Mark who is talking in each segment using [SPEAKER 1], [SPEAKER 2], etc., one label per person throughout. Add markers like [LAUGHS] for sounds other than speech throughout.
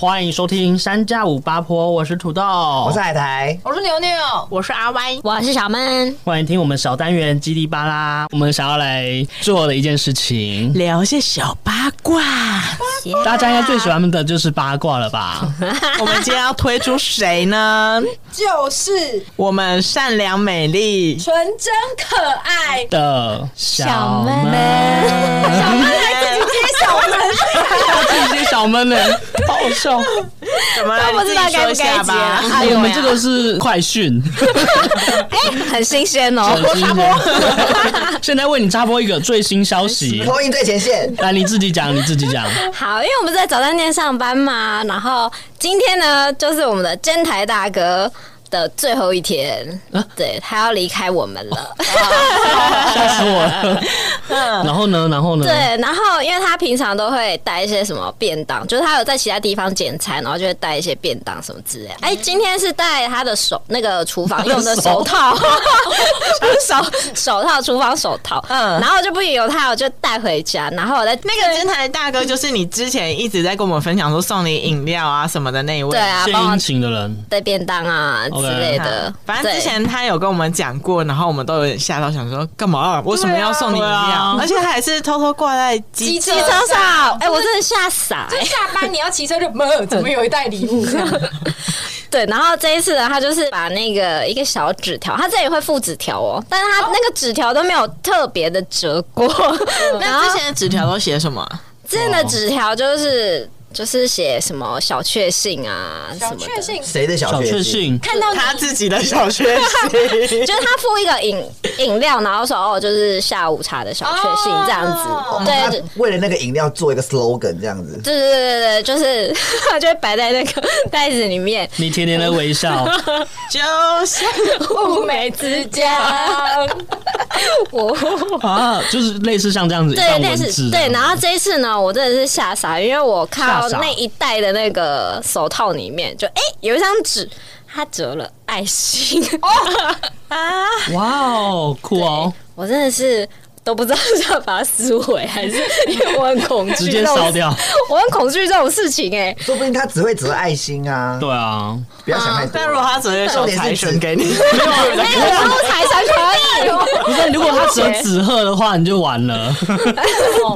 [SPEAKER 1] 欢迎收听三加五八婆，我是土豆，
[SPEAKER 2] 我
[SPEAKER 1] 我
[SPEAKER 2] 是海苔，
[SPEAKER 3] 我是牛牛，我是阿 Y，
[SPEAKER 4] 我是小闷，
[SPEAKER 1] 欢迎听我们小单元叽里巴拉。我们想要来做的一件事情，
[SPEAKER 3] 聊一些小八卦。
[SPEAKER 1] 大家应该最喜欢的就是八卦了
[SPEAKER 3] [LAUGHS]
[SPEAKER 1] 吧？
[SPEAKER 3] 我们今天要推出谁呢？
[SPEAKER 5] 就是
[SPEAKER 3] 嗯我们善良美丽，
[SPEAKER 5] 纯真可爱。
[SPEAKER 1] 的小
[SPEAKER 4] 闷
[SPEAKER 1] [LAUGHS] 闷，这些小闷呢，欸好好笑。
[SPEAKER 3] 怎么了？
[SPEAKER 4] 都不知道
[SPEAKER 3] 你自己说一下吧
[SPEAKER 4] 该不该
[SPEAKER 1] 哎，
[SPEAKER 4] 接
[SPEAKER 1] 我们这
[SPEAKER 3] 哎
[SPEAKER 1] 个是快讯，
[SPEAKER 4] 很新鲜哦。
[SPEAKER 1] 很新的现在为你插播一个最新消息。
[SPEAKER 2] 播音最前线。
[SPEAKER 1] 来，你自己讲，你自己
[SPEAKER 4] [LAUGHS]
[SPEAKER 1] 讲。
[SPEAKER 4] 好，因为我们在早餐店上班嘛，然后今天呢，就是我们的监台大哥的最后一天，对他要离开我们了。
[SPEAKER 1] 吓死我了。然后呢？然后呢？
[SPEAKER 4] 嗯对，然后因为他平常都会带一些什么便当，就是他有在其他地方捡餐，然后就会带一些便当什么之类的。哎，今天是带他的手那个厨房用的手套， [LAUGHS] 手手套，厨房手套。
[SPEAKER 3] 嗯
[SPEAKER 4] 嗯，然后就不由他，我就带回家，然后我在
[SPEAKER 3] 那个监台大哥就是你之前一直在跟我们分享说送你饮料啊什么的那一位，
[SPEAKER 4] 对啊，
[SPEAKER 1] 献
[SPEAKER 4] 帮我
[SPEAKER 1] 殷勤的人，
[SPEAKER 4] 带便当啊之
[SPEAKER 1] OK
[SPEAKER 4] 类
[SPEAKER 3] 啊
[SPEAKER 4] 的。
[SPEAKER 3] 反正之
[SPEAKER 4] 对
[SPEAKER 3] 前他有跟我们讲过，然后我们都有点吓到，想说干嘛？啊为什么要送你饮料？
[SPEAKER 1] 对啊
[SPEAKER 3] 而且他还是偷偷挂在机
[SPEAKER 4] 机车
[SPEAKER 3] 啊
[SPEAKER 4] 上，哎、我真的吓傻、
[SPEAKER 5] 就
[SPEAKER 4] 哎
[SPEAKER 5] 下班你要骑车就没有，怎么有一袋礼物？
[SPEAKER 4] 对，然后这一次呢，他就是把那个一个小纸条，他这里会附纸条哦，但是他那个纸条都没有特别的折过。 [LAUGHS] 然
[SPEAKER 3] 哦那之
[SPEAKER 4] 后
[SPEAKER 3] 前的纸条都写什
[SPEAKER 4] [LAUGHS]
[SPEAKER 3] 么啊？
[SPEAKER 4] 之前的纸条就是就是写什么小确幸啊什
[SPEAKER 5] 小
[SPEAKER 4] 么
[SPEAKER 5] 确
[SPEAKER 4] 的。。
[SPEAKER 5] 幸，
[SPEAKER 2] 谁的小
[SPEAKER 1] 小
[SPEAKER 2] 确
[SPEAKER 1] 确
[SPEAKER 2] 幸？
[SPEAKER 1] 幸。
[SPEAKER 5] 看到你
[SPEAKER 3] 他自己的小学习
[SPEAKER 4] [LAUGHS] 就是他附一个饮饮料，然后说哦，就是下午茶的小确幸这样子。
[SPEAKER 5] 哦
[SPEAKER 4] 对，
[SPEAKER 2] 他为了那个饮料做一个 slogan 这样子，
[SPEAKER 4] 对对对对对，就是 [LAUGHS] 他就会摆在那个袋子里面。
[SPEAKER 1] 你甜甜的微
[SPEAKER 4] [LAUGHS]
[SPEAKER 1] 笑，
[SPEAKER 3] 就是
[SPEAKER 5] 物美之家，
[SPEAKER 4] 我
[SPEAKER 1] 啊，就是类似像这样子一
[SPEAKER 4] 对，
[SPEAKER 1] 段文
[SPEAKER 4] 但
[SPEAKER 1] 字
[SPEAKER 4] 是
[SPEAKER 1] 这样，
[SPEAKER 4] 对，然后这一次呢，我真的是吓傻，因为我看
[SPEAKER 1] 吓
[SPEAKER 4] 到
[SPEAKER 1] 傻
[SPEAKER 4] 那一袋的那个手套里面，就哎、诶有一张纸，它折了爱心， [LAUGHS]
[SPEAKER 3] 啊，
[SPEAKER 1] 哇哦，酷哦，
[SPEAKER 4] 我真的是。都不知道是要把它撕毁，还是因为我很恐惧，
[SPEAKER 1] 直接烧。掉，
[SPEAKER 4] 我很恐惧这种事情、诶，
[SPEAKER 2] 说不定他只会折爱心啊！
[SPEAKER 1] 对啊，
[SPEAKER 2] 不要想太
[SPEAKER 3] 但如果
[SPEAKER 2] 多。
[SPEAKER 3] 他昨天送财神给你，
[SPEAKER 1] 啊
[SPEAKER 4] 哎，那个时候财神可
[SPEAKER 1] 不是，如果他折纸鹤的话，你就完了，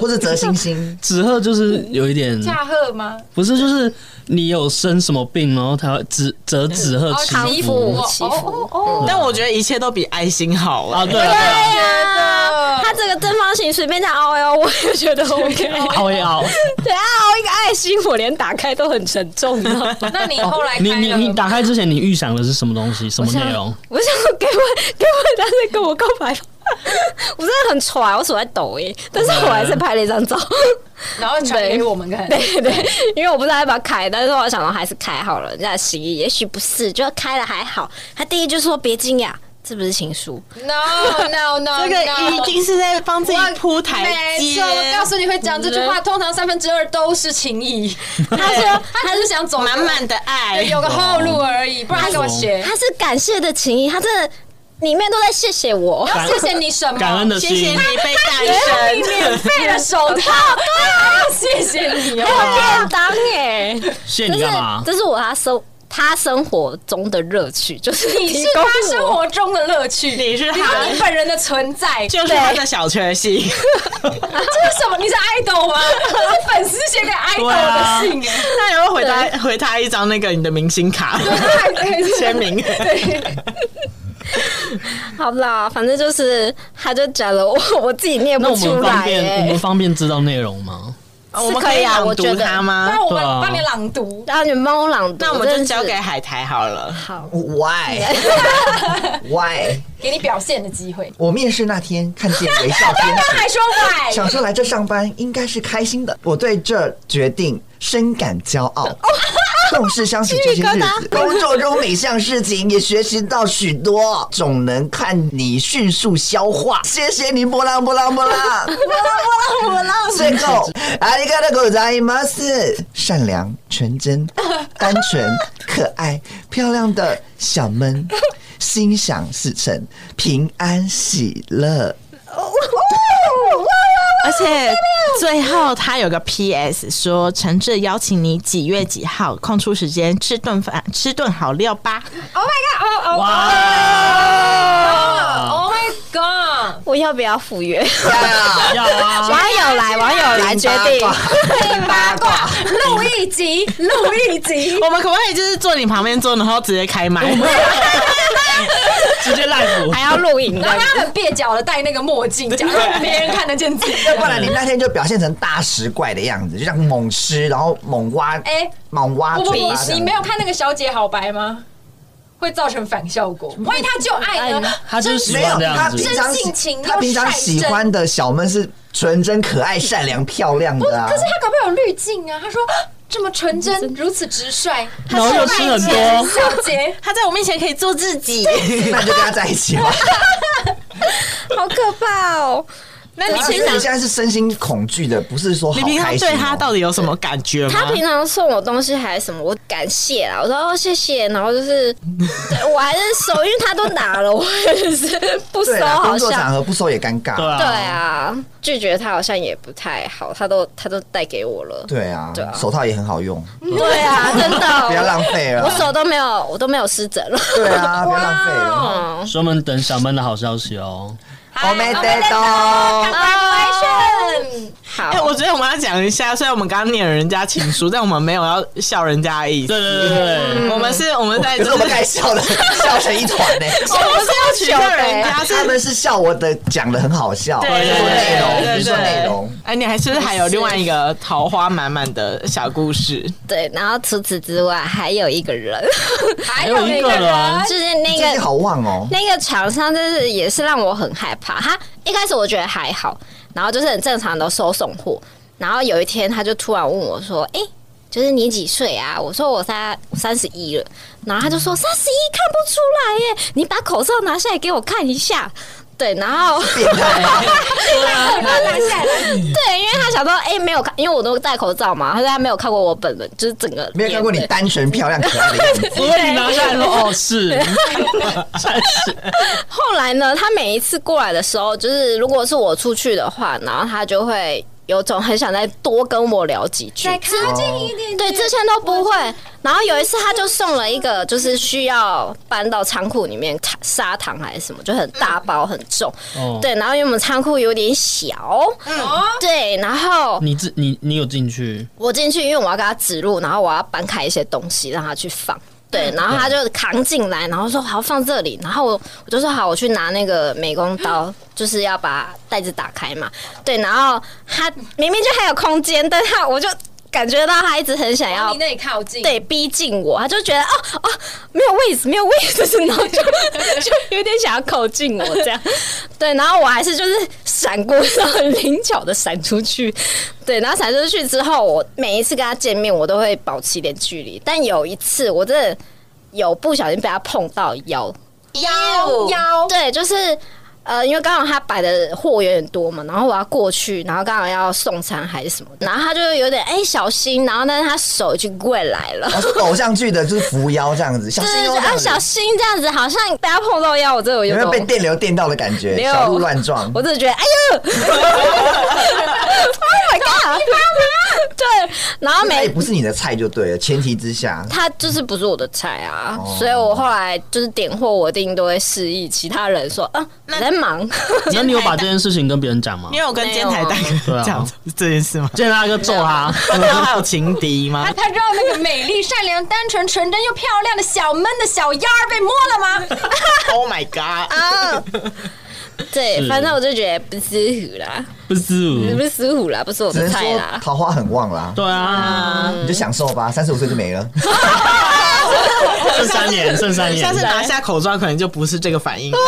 [SPEAKER 2] 或者折星
[SPEAKER 1] [LAUGHS]
[SPEAKER 2] 星，
[SPEAKER 1] 纸鹤就是有一
[SPEAKER 4] 嗯
[SPEAKER 1] 点，
[SPEAKER 5] 驾哦鹤吗？
[SPEAKER 1] 不是，就是你有生什么病，然后他会折折纸鹤
[SPEAKER 4] 以
[SPEAKER 1] 祈
[SPEAKER 4] 嗯祈
[SPEAKER 1] 福
[SPEAKER 4] 福
[SPEAKER 5] 哦
[SPEAKER 4] 祈
[SPEAKER 5] 哦
[SPEAKER 4] 福。
[SPEAKER 5] 哦，
[SPEAKER 3] 但我觉得一切都比爱心好
[SPEAKER 1] 啊，
[SPEAKER 3] 啊。
[SPEAKER 1] 对啊，
[SPEAKER 4] [LAUGHS]
[SPEAKER 1] 对
[SPEAKER 4] 哦对呀，它这个正方形随便这样凹一凹，我也觉得
[SPEAKER 1] [LAUGHS]
[SPEAKER 4] OK。
[SPEAKER 1] 啊，凹一凹，
[SPEAKER 4] 对啊，凹一个爱心，我连打开都很沉重，你知道吗？
[SPEAKER 5] 那你后来
[SPEAKER 1] 哦你
[SPEAKER 5] 开
[SPEAKER 1] 你
[SPEAKER 5] 了
[SPEAKER 1] 你
[SPEAKER 5] 吗
[SPEAKER 1] 打开之前，你预想的是什么东西，什么内容？
[SPEAKER 4] 我想说给我给我，但是跟我告白吧。 [LAUGHS] 我真的很蠢，我手在抖耶，但是我还是拍了一张照。
[SPEAKER 5] 然后传给我们看，
[SPEAKER 4] 对嗯对，因为我不知道要不要开，但是我想到还是开好了，人家的心意也许不是，就开了还好。他第一句说别惊讶，这不是情书，
[SPEAKER 5] ，no no
[SPEAKER 3] 这
[SPEAKER 5] no，
[SPEAKER 3] 个一定是在帮自己铺台
[SPEAKER 5] 没
[SPEAKER 3] 阶
[SPEAKER 5] 错，。我告诉你会讲这句话，通常三分之二都是情谊。他说他只是想走
[SPEAKER 3] 满满的
[SPEAKER 5] 对
[SPEAKER 3] 爱，
[SPEAKER 5] 有个后路而已，不然他给我写。
[SPEAKER 4] 他是感谢的情谊，他真的里面都在谢谢我。
[SPEAKER 5] 要谢谢你什么？
[SPEAKER 1] 感恩的
[SPEAKER 3] 谢谢
[SPEAKER 1] 心
[SPEAKER 3] 你，被带
[SPEAKER 5] 你免
[SPEAKER 3] 生。
[SPEAKER 5] 费的手套，对，谢谢你
[SPEAKER 4] 还有
[SPEAKER 5] 哦。
[SPEAKER 4] 便当耶，
[SPEAKER 1] 谢
[SPEAKER 4] 这
[SPEAKER 1] 你
[SPEAKER 4] 是
[SPEAKER 1] 干嘛？
[SPEAKER 4] 这是我他生他生活中的乐趣，就是
[SPEAKER 5] 你
[SPEAKER 4] 提
[SPEAKER 5] 是
[SPEAKER 4] 供
[SPEAKER 5] 他生
[SPEAKER 4] 我
[SPEAKER 5] 活中的乐趣，
[SPEAKER 3] 你是他
[SPEAKER 5] 你你本人的存在，
[SPEAKER 3] 就是他的小确幸，
[SPEAKER 5] 这是什么？你是 idol 吗？这是粉丝写给 idol 的信哎，
[SPEAKER 3] 那也会回他回他一张那个你的明星卡
[SPEAKER 5] 太太
[SPEAKER 3] 签名。
[SPEAKER 5] 对，
[SPEAKER 4] 好啦，反正就是，他就讲了我，我自己念
[SPEAKER 1] 那
[SPEAKER 4] 不
[SPEAKER 1] 我
[SPEAKER 4] 出
[SPEAKER 1] 们方
[SPEAKER 4] 来、耶。
[SPEAKER 1] 便我们方便知道内容吗？
[SPEAKER 3] 我们
[SPEAKER 4] 可以啊
[SPEAKER 3] 朗
[SPEAKER 4] 我觉
[SPEAKER 3] 读
[SPEAKER 4] 得
[SPEAKER 3] 他
[SPEAKER 5] 不然
[SPEAKER 3] 吗？
[SPEAKER 5] 我们
[SPEAKER 1] 对啊
[SPEAKER 5] 帮你朗读。
[SPEAKER 4] 然后你们帮我朗读，
[SPEAKER 3] 那我们就
[SPEAKER 4] 真的
[SPEAKER 3] 交
[SPEAKER 4] 是
[SPEAKER 3] 给海苔好了。
[SPEAKER 4] 好。
[SPEAKER 2] Why Why？
[SPEAKER 5] 给你表现的机会。
[SPEAKER 2] 我面试那天看见微笑
[SPEAKER 5] 刚
[SPEAKER 2] 天
[SPEAKER 5] 刚
[SPEAKER 2] 使，
[SPEAKER 5] 还说坏，
[SPEAKER 2] 想说来这上班应该是开心的。我对这决定深感骄 [LAUGHS] 傲。共事相处这些日子，工作中每项事情也学习到许多，总能看你迅速消化。谢谢你，波浪波浪波浪波浪波浪波浪。最后，阿里嘎多狗扎伊马斯，善良、纯 [LAUGHS] 真、单纯、可爱、漂亮的小闷，心想事成，平安喜乐。
[SPEAKER 3] 而且最后他有个 P.S. 说：“诚挚邀请你几月几号空出时间吃顿饭，吃顿好料吧。
[SPEAKER 5] Oh my god！哦哦
[SPEAKER 1] 哇，
[SPEAKER 5] ，Oh my god！
[SPEAKER 4] 我要不要赴约？
[SPEAKER 1] 要啊，
[SPEAKER 4] 网友来，网友来决定。
[SPEAKER 5] 听八卦，录一集，录一集”。
[SPEAKER 3] 我们可不可以就是坐你旁边坐，然后直接开麦？
[SPEAKER 1] 直接赖
[SPEAKER 4] [LAUGHS]
[SPEAKER 1] 服
[SPEAKER 4] 还要录影
[SPEAKER 5] 然后
[SPEAKER 4] 的，
[SPEAKER 5] 他很蹩脚的戴那个墨镜，假装别人看得见自己。
[SPEAKER 2] [LAUGHS] 要不然你那天就表现成大食怪的样子，就像猛吃，然后猛挖，哎、
[SPEAKER 5] 哎
[SPEAKER 2] 猛挖
[SPEAKER 5] 不不
[SPEAKER 2] 嘴
[SPEAKER 5] 不
[SPEAKER 2] 巴，啊这
[SPEAKER 5] 你
[SPEAKER 2] 样
[SPEAKER 5] 没有看那个小姐好白吗？会造成反效果。万一他就爱呢？
[SPEAKER 1] 他就是喜
[SPEAKER 2] 没
[SPEAKER 1] 欢
[SPEAKER 2] 有
[SPEAKER 1] 这
[SPEAKER 2] 他
[SPEAKER 1] 样子
[SPEAKER 2] 平。常
[SPEAKER 5] 真性情
[SPEAKER 2] 他平常喜欢的小闷是纯真、可爱、善良、漂亮的啊
[SPEAKER 5] 可。是他搞不好有滤镜啊。他说啊这么纯真，如此直率，
[SPEAKER 1] 然后又吃很多，
[SPEAKER 5] 小姐
[SPEAKER 3] 他在我面前可以做自己。
[SPEAKER 2] [LAUGHS] 那你就跟他在一起
[SPEAKER 5] [LAUGHS]
[SPEAKER 2] 吧。
[SPEAKER 4] 好可怕哦！
[SPEAKER 3] 那
[SPEAKER 2] 你
[SPEAKER 3] 你平
[SPEAKER 2] 你
[SPEAKER 3] 常
[SPEAKER 2] 现在是身心恐惧的，不是说好
[SPEAKER 3] 你平常
[SPEAKER 2] 开心哦
[SPEAKER 3] 对他到底有什么感觉吗？
[SPEAKER 4] 他平常送我东西还是什么，我感谢啦，我说哦谢谢，然后就是，对我还是收，因为他都拿了，我也是不收，
[SPEAKER 2] 对啦
[SPEAKER 4] 好
[SPEAKER 2] 工作
[SPEAKER 4] 像
[SPEAKER 2] 场合不收也尴尬。
[SPEAKER 1] 对
[SPEAKER 4] 对
[SPEAKER 1] 啊，
[SPEAKER 4] 啊，拒绝他好像也不太好，他都他都带给我了，
[SPEAKER 2] 对啊
[SPEAKER 4] 对啊，
[SPEAKER 2] 手套也很好用，
[SPEAKER 4] 对啊， [LAUGHS] 真
[SPEAKER 2] 不要
[SPEAKER 4] 的，
[SPEAKER 2] 浪费啊
[SPEAKER 4] 我
[SPEAKER 2] 了。
[SPEAKER 4] 手都没有，我都没有湿疹了，
[SPEAKER 2] 对啊，不要浪费了。
[SPEAKER 4] [LAUGHS] 嗯，
[SPEAKER 1] 说我们等小闷的好消息哦。
[SPEAKER 2] 我没得到。
[SPEAKER 5] ，congratulation！
[SPEAKER 4] 好
[SPEAKER 3] 哎、，我觉得我们要讲一下，虽然我们刚刚念了人家情书，但我们没有要笑人家的意思。
[SPEAKER 1] 对对对对对，
[SPEAKER 3] 我们是，我们在
[SPEAKER 2] 可
[SPEAKER 3] 就是是
[SPEAKER 2] 我们该笑的，笑成一团
[SPEAKER 5] [LAUGHS]
[SPEAKER 2] 呢。
[SPEAKER 3] 我们是要取笑人家，是
[SPEAKER 2] 他们是笑我的讲的很好笑，
[SPEAKER 3] 对
[SPEAKER 2] 说内容，
[SPEAKER 3] 对对
[SPEAKER 2] 你说内容。
[SPEAKER 3] 哎，你还是不是还有另外一个桃花满满的小故事？
[SPEAKER 4] 对，然后除此之外还有一个人，
[SPEAKER 5] 还
[SPEAKER 1] 有一个人
[SPEAKER 4] 就是
[SPEAKER 2] 你
[SPEAKER 4] 那
[SPEAKER 2] 哎最近
[SPEAKER 4] 个
[SPEAKER 2] 好旺哦，
[SPEAKER 4] 那个厂商真是也是让我很害怕。他一开始我觉得还好，然后就是很正常的收送货，然后有一天他就突然问我说：“诶，就是你几岁啊？”我说我三三十一了，然后他就
[SPEAKER 2] 嗯
[SPEAKER 4] 说：“三十一看不出来耶，你把口罩拿下来给我看一下。”
[SPEAKER 2] 嗯
[SPEAKER 4] 对，然后
[SPEAKER 2] 变态。
[SPEAKER 5] 拿下来，
[SPEAKER 4] 对，因为他想说，诶，没有看，因为我都戴口罩嘛，他说他没有看过我本人，就是整个
[SPEAKER 2] 没有看过你
[SPEAKER 4] 脸
[SPEAKER 2] 单纯漂亮可爱的样子，
[SPEAKER 1] [LAUGHS] 我问你拿下来说哦是，算是
[SPEAKER 4] 后来呢，他每一次过来的时候，就是如果是我出去的话，然后他就会有种很想再多跟我聊几句。
[SPEAKER 5] 再靠近一点点。
[SPEAKER 4] 对，之前都不会。然后有一次，他就送了一个，就是需要搬到仓库里面糖砂糖还是什么，就很大包很重。
[SPEAKER 1] 哦。
[SPEAKER 4] 对，然后因为我们仓库有点小，
[SPEAKER 5] 哦，
[SPEAKER 4] 对，然后
[SPEAKER 1] 你自你你有进去，
[SPEAKER 4] 我进去，因为我要给他指路，然后我要搬开一些东西让他去放。对，然后他就扛进来，然后说好放这里，然后我我就说好，我去拿那个美工刀，就是要把袋子打开嘛。对，然后他明明就还有空间，但他我就感觉到他一直很想
[SPEAKER 5] 往
[SPEAKER 4] 要
[SPEAKER 5] 你那里靠近。
[SPEAKER 4] 对逼近我，他就觉得哦哦没有位置，没有位置，然后就 [LAUGHS] 就有点想要靠近我这样。对，然后我还是就是闪过，然后很灵巧的闪出去。对，然后闪出去之后，我每一次跟他见面，我都会保持一点距离。但有一次，我真的有不小心被他碰到腰，
[SPEAKER 5] 腰腰，
[SPEAKER 4] 对，就是呃，因为刚好他摆的货有点多嘛，然后我要过去，然后刚好要送餐还是什么，然后他就有点哎、小心，然后但是他手已经跪来了。
[SPEAKER 2] 我说偶像剧的就是扶腰这样子，小
[SPEAKER 4] 对
[SPEAKER 2] 心
[SPEAKER 4] 对
[SPEAKER 2] 哦
[SPEAKER 4] 对，
[SPEAKER 2] 这
[SPEAKER 4] 啊，
[SPEAKER 2] 样子
[SPEAKER 4] 小，心这样子，好像被他碰到腰，我真的
[SPEAKER 2] 有
[SPEAKER 4] 有
[SPEAKER 2] 没有被
[SPEAKER 4] 种，
[SPEAKER 2] 电流电到的感觉？
[SPEAKER 4] 没有
[SPEAKER 2] 小鹿乱撞，
[SPEAKER 4] 我真的觉得，哎呦，Oh my god！对，然后
[SPEAKER 2] 那也
[SPEAKER 4] 每
[SPEAKER 2] 不是你的菜就对了。前提之下，
[SPEAKER 4] 他就是不是我的菜啊，
[SPEAKER 2] 哦
[SPEAKER 4] 所以我后来就是点货，我一定都会示意其他人说，啊，我在忙。
[SPEAKER 1] 那你有把这件事情跟别人讲吗
[SPEAKER 3] 你？有跟监台大哥讲这件事吗？
[SPEAKER 1] 见到他就揍他，
[SPEAKER 3] 他知道他有情敌吗
[SPEAKER 5] 他？他知道那个美丽、善良、单纯、纯真又漂亮的小闷的小丫儿被摸了吗？
[SPEAKER 3] Oh my god！
[SPEAKER 4] [LAUGHS] 对，
[SPEAKER 1] 是
[SPEAKER 4] 反正我就觉得不舒服啦，
[SPEAKER 1] 不是
[SPEAKER 4] 不？是舒服啦，不是我
[SPEAKER 2] 只
[SPEAKER 4] 的
[SPEAKER 2] 能
[SPEAKER 4] 菜
[SPEAKER 2] 说
[SPEAKER 4] 啦。
[SPEAKER 2] 桃花很旺啦，
[SPEAKER 1] 对啊，
[SPEAKER 2] 你就享受吧。三十五岁就没了，
[SPEAKER 1] 剩三年，剩三
[SPEAKER 3] 下
[SPEAKER 1] 年
[SPEAKER 3] 次，拿下口罩，可能就不是这个反应。
[SPEAKER 1] 啊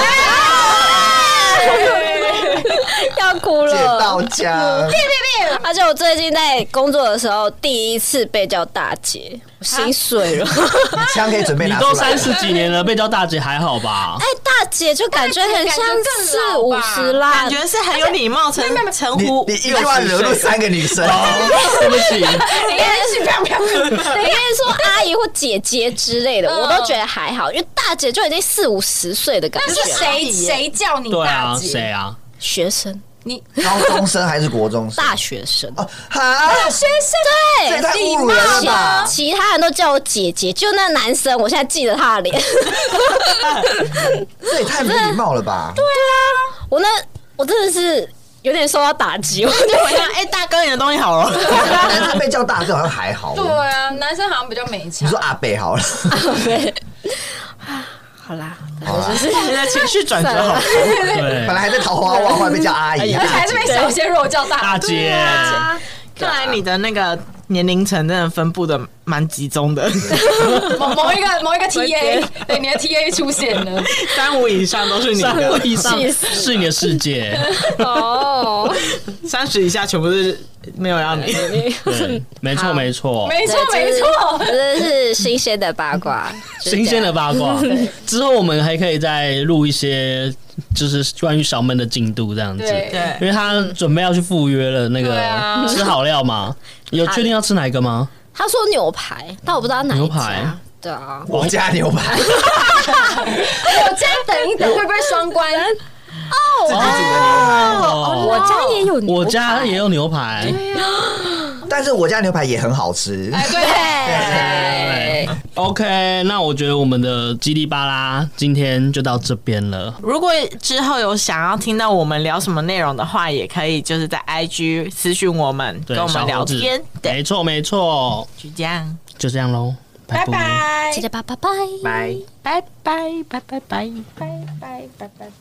[SPEAKER 4] [LAUGHS] 要哭
[SPEAKER 2] 借
[SPEAKER 4] 了
[SPEAKER 2] 到。家。
[SPEAKER 4] [LAUGHS] 而且我最近在工作的时候，第一次被叫大姐，我心碎了。
[SPEAKER 2] 你枪可以准备
[SPEAKER 1] 你
[SPEAKER 2] 拿出
[SPEAKER 1] 都
[SPEAKER 2] 来
[SPEAKER 1] 三。十几年了，被叫大姐还好吧
[SPEAKER 4] 哎？，大姐就感觉很像四五十啦
[SPEAKER 3] 感，觉是很有礼貌，称称
[SPEAKER 2] 你
[SPEAKER 3] 呼
[SPEAKER 2] 你一句话惹怒三个女生，
[SPEAKER 1] 对不起，
[SPEAKER 5] 你也哎是飘飘，
[SPEAKER 4] [LAUGHS] 应该说阿姨或姐姐之类的，我都觉得还好，因为大姐就已经四五十岁的感
[SPEAKER 5] 那
[SPEAKER 4] 觉
[SPEAKER 5] 是。谁谁叫你
[SPEAKER 1] 对
[SPEAKER 5] 大
[SPEAKER 1] 啊，
[SPEAKER 5] 姐？
[SPEAKER 1] 谁啊？
[SPEAKER 4] 学生，
[SPEAKER 5] 你
[SPEAKER 2] 高中生还是国中生？
[SPEAKER 4] 大学生。
[SPEAKER 2] 哦，哈，
[SPEAKER 5] 学生
[SPEAKER 2] 这也
[SPEAKER 4] 对，
[SPEAKER 2] 太侮辱了吧！
[SPEAKER 4] 其他人都叫我姐姐，就那男生，我现在记得他的脸。
[SPEAKER 2] 这也太没礼貌了吧！
[SPEAKER 4] 我那我真的是有点受到打击，我就
[SPEAKER 3] 我想，哎、大哥，你的东西好了。
[SPEAKER 2] 男生被叫大哥好像还好。
[SPEAKER 5] 啊对啊，男生好像比较没差
[SPEAKER 2] 你。说阿贝好了，
[SPEAKER 4] 对。好啦，
[SPEAKER 2] 好啦
[SPEAKER 3] 你的情绪转折好快，
[SPEAKER 1] 对
[SPEAKER 2] 本来，还在桃花旺，后来被叫阿姨啊
[SPEAKER 5] 而。 [LAUGHS] 哎且还是被小鲜肉叫大
[SPEAKER 1] 大
[SPEAKER 5] 哥
[SPEAKER 1] 姐，
[SPEAKER 3] 看来你的那个年龄层真的分布的蛮集
[SPEAKER 1] [LAUGHS]
[SPEAKER 3] 中的，
[SPEAKER 5] 某某一个某一个 TA，对你的 TA 出现了。
[SPEAKER 3] 三五以上都是你
[SPEAKER 1] 三
[SPEAKER 3] 的
[SPEAKER 1] 五，以上
[SPEAKER 4] 气
[SPEAKER 1] 是你的世界，
[SPEAKER 4] [LAUGHS] 哦，
[SPEAKER 3] 三十以下全部是没有让你。
[SPEAKER 1] 对，没错没错，
[SPEAKER 5] 没错没
[SPEAKER 4] 对
[SPEAKER 5] 错，
[SPEAKER 4] 这是新鲜的八卦，就是这
[SPEAKER 1] [LAUGHS]
[SPEAKER 4] 样
[SPEAKER 1] 新鲜的八卦。之后我们还可以再录一些，就是关于小闷的进度这样子。
[SPEAKER 5] 对
[SPEAKER 1] 因为他准备要去赴约了，那
[SPEAKER 5] 对啊
[SPEAKER 1] 个吃好料吗？有确定要吃哪一个吗？
[SPEAKER 4] 他说牛排，但我不知道哪一
[SPEAKER 1] 牛排
[SPEAKER 4] 家。对啊，
[SPEAKER 2] 我家牛排，
[SPEAKER 5] [LAUGHS] 我再等一
[SPEAKER 1] [LAUGHS]
[SPEAKER 5] 等，会不会双关？
[SPEAKER 2] 自己煮的牛排。
[SPEAKER 1] 哦，
[SPEAKER 4] 我家也哦有牛排，
[SPEAKER 1] 我家也有牛排，
[SPEAKER 2] 但是我家牛排也很好吃。
[SPEAKER 5] 哎，
[SPEAKER 1] 对
[SPEAKER 4] 对。
[SPEAKER 1] ，OK，那我觉得我们的叽里巴拉今天就到这边了。
[SPEAKER 3] 如果之后有想要听到我们聊什么内容的话，也可以就是在 IG 私讯我们，
[SPEAKER 1] 对，
[SPEAKER 3] 跟我们
[SPEAKER 1] 小
[SPEAKER 3] 聊
[SPEAKER 1] 猴子
[SPEAKER 3] 天。对，
[SPEAKER 1] 没错没错，
[SPEAKER 3] 就这样，
[SPEAKER 1] 就这样喽，
[SPEAKER 3] 拜拜，
[SPEAKER 4] 记得拜拜拜。
[SPEAKER 2] 拜。
[SPEAKER 3] 拜拜，拜拜，拜拜，拜拜，拜拜。